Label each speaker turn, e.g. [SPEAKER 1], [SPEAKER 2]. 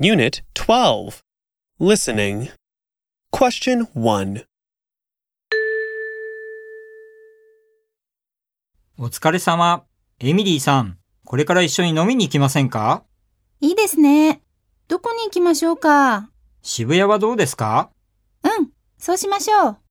[SPEAKER 1] Unit 12. Listening. Question 1.
[SPEAKER 2] お疲れ様。エミリーさん、これから一緒に飲みに行きませんか
[SPEAKER 3] いいですね。どこに行きましょうか。
[SPEAKER 2] 渋谷はどうですか
[SPEAKER 3] うん、そうしましょう。